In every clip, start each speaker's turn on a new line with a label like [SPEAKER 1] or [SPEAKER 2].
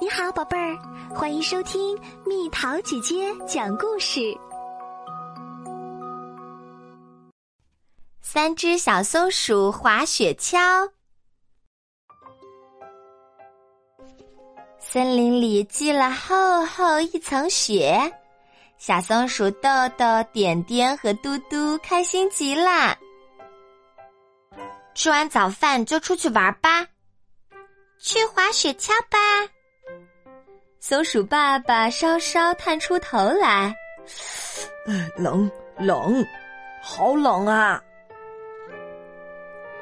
[SPEAKER 1] 你好，宝贝儿，欢迎收听蜜桃姐姐讲故事。
[SPEAKER 2] 三只小松鼠滑雪橇。森林里积了厚厚一层雪，小松鼠豆豆、点点和嘟嘟开心极了。吃完早饭就出去玩吧，去滑雪橇吧。松鼠爸爸稍稍探出头来，
[SPEAKER 3] 哎冷冷，好冷啊！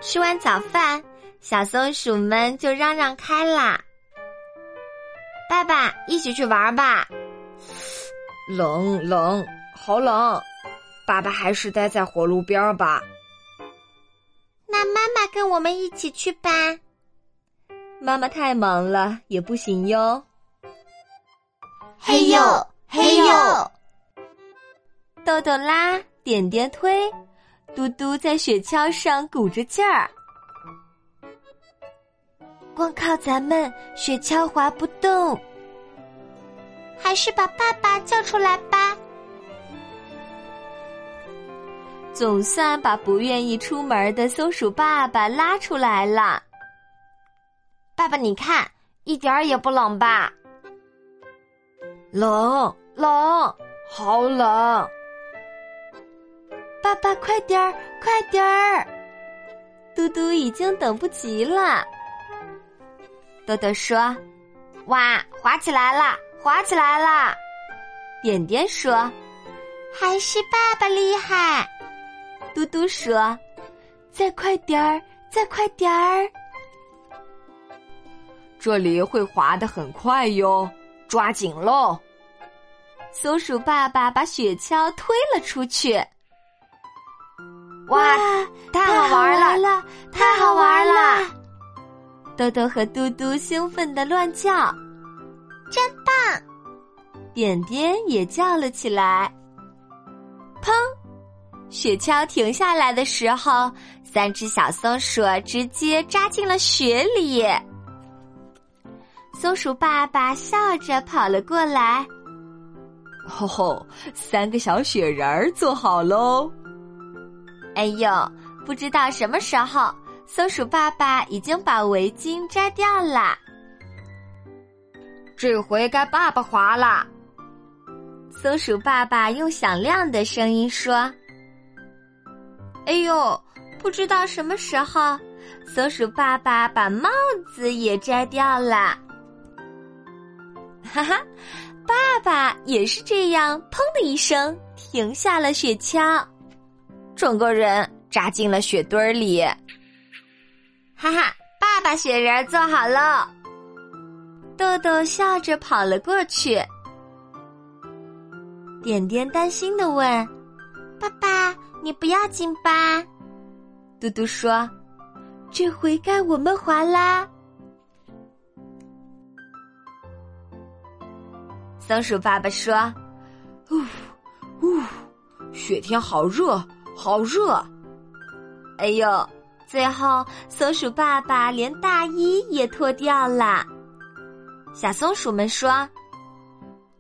[SPEAKER 2] 吃完早饭，小松鼠们就嚷嚷开啦：“爸爸，一起去玩吧！
[SPEAKER 3] 冷冷，好冷！爸爸还是待在火炉边吧。
[SPEAKER 2] 那妈妈跟我们一起去吧。妈妈太忙了，也不行哟。”
[SPEAKER 4] 嘿呦，嘿呦！
[SPEAKER 2] 豆豆拉，点点推，嘟嘟在雪橇上鼓着劲儿。
[SPEAKER 4] 光靠咱们，雪橇滑不动。
[SPEAKER 2] 还是把爸爸叫出来吧。总算把不愿意出门的松鼠爸爸拉出来了。爸爸，你看，一点儿也不冷吧？
[SPEAKER 3] 冷冷，好冷！
[SPEAKER 2] 爸爸，快点儿，快点儿！嘟嘟已经等不及了。豆豆说：“哇，滑起来了，滑起来了！”点点说：“还是爸爸厉害。”嘟嘟说：“再快点儿，再快点儿！”
[SPEAKER 3] 这里会滑得很快哟，抓紧喽！
[SPEAKER 2] 松鼠爸爸把雪橇推了出去。
[SPEAKER 4] 哇，
[SPEAKER 2] 太
[SPEAKER 4] 好
[SPEAKER 2] 玩
[SPEAKER 4] 了，
[SPEAKER 2] 太
[SPEAKER 4] 好
[SPEAKER 2] 玩
[SPEAKER 4] 了！
[SPEAKER 2] 豆豆和嘟嘟兴奋的乱叫，
[SPEAKER 4] 真棒！
[SPEAKER 2] 点点也叫了起来。砰！雪橇停下来的时候，三只小松鼠直接扎进了雪里。松鼠爸爸笑着跑了过来，
[SPEAKER 3] 吼吼，三个小雪人儿做好喽！
[SPEAKER 2] 哎呦，不知道什么时候，松鼠爸爸已经把围巾摘掉了。
[SPEAKER 3] 这回该爸爸滑啦！
[SPEAKER 2] 松鼠爸爸用响亮的声音说：“哎呦，不知道什么时候，松鼠爸爸把帽子也摘掉了。”哈哈，爸爸也是这样，砰的一声停下了雪橇，整个人扎进了雪堆里。哈哈，爸爸雪人做好了。豆豆笑着跑了过去。点点担心的问：“
[SPEAKER 4] 爸爸，你不要紧吧？”
[SPEAKER 2] 嘟嘟说：“这回该我们滑啦。”松鼠爸爸说：“
[SPEAKER 3] 呜呜，雪天好热，好热！
[SPEAKER 2] 哎呦！”最后，松鼠爸爸连大衣也脱掉了。小松鼠们说：“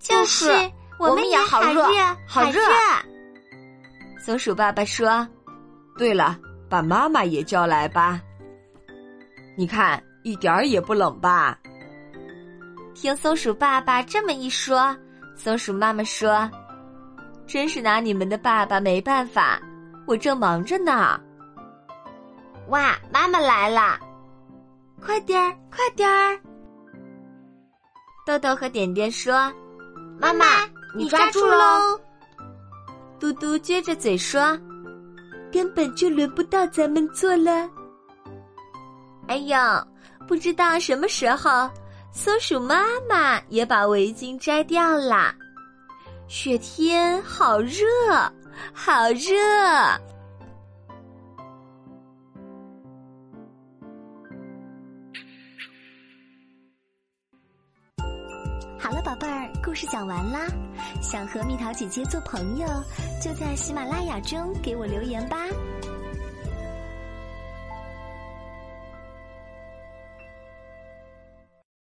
[SPEAKER 4] 就是。”我
[SPEAKER 2] 们也
[SPEAKER 4] 好
[SPEAKER 2] 热，
[SPEAKER 4] 好热。
[SPEAKER 2] 松鼠爸爸说：“
[SPEAKER 3] 对了，把妈妈也叫来吧。你看，一点儿也不冷吧？”
[SPEAKER 2] 听松鼠爸爸这么一说，松鼠妈妈说：“真是拿你们的爸爸没办法，我正忙着呢。”
[SPEAKER 4] 哇，妈妈来了！
[SPEAKER 2] 快点儿，快点儿！豆豆和点点说：“
[SPEAKER 4] 妈妈。”
[SPEAKER 2] 你抓住喽！嘟嘟撅着嘴说：“根本就轮不到咱们做了。”哎呦，不知道什么时候，松鼠妈妈也把围巾摘掉了。雪天好热，好热！
[SPEAKER 1] 好了，宝贝儿，故事讲完啦。想和蜜桃姐姐做朋友，就在喜马拉雅中给我留言吧。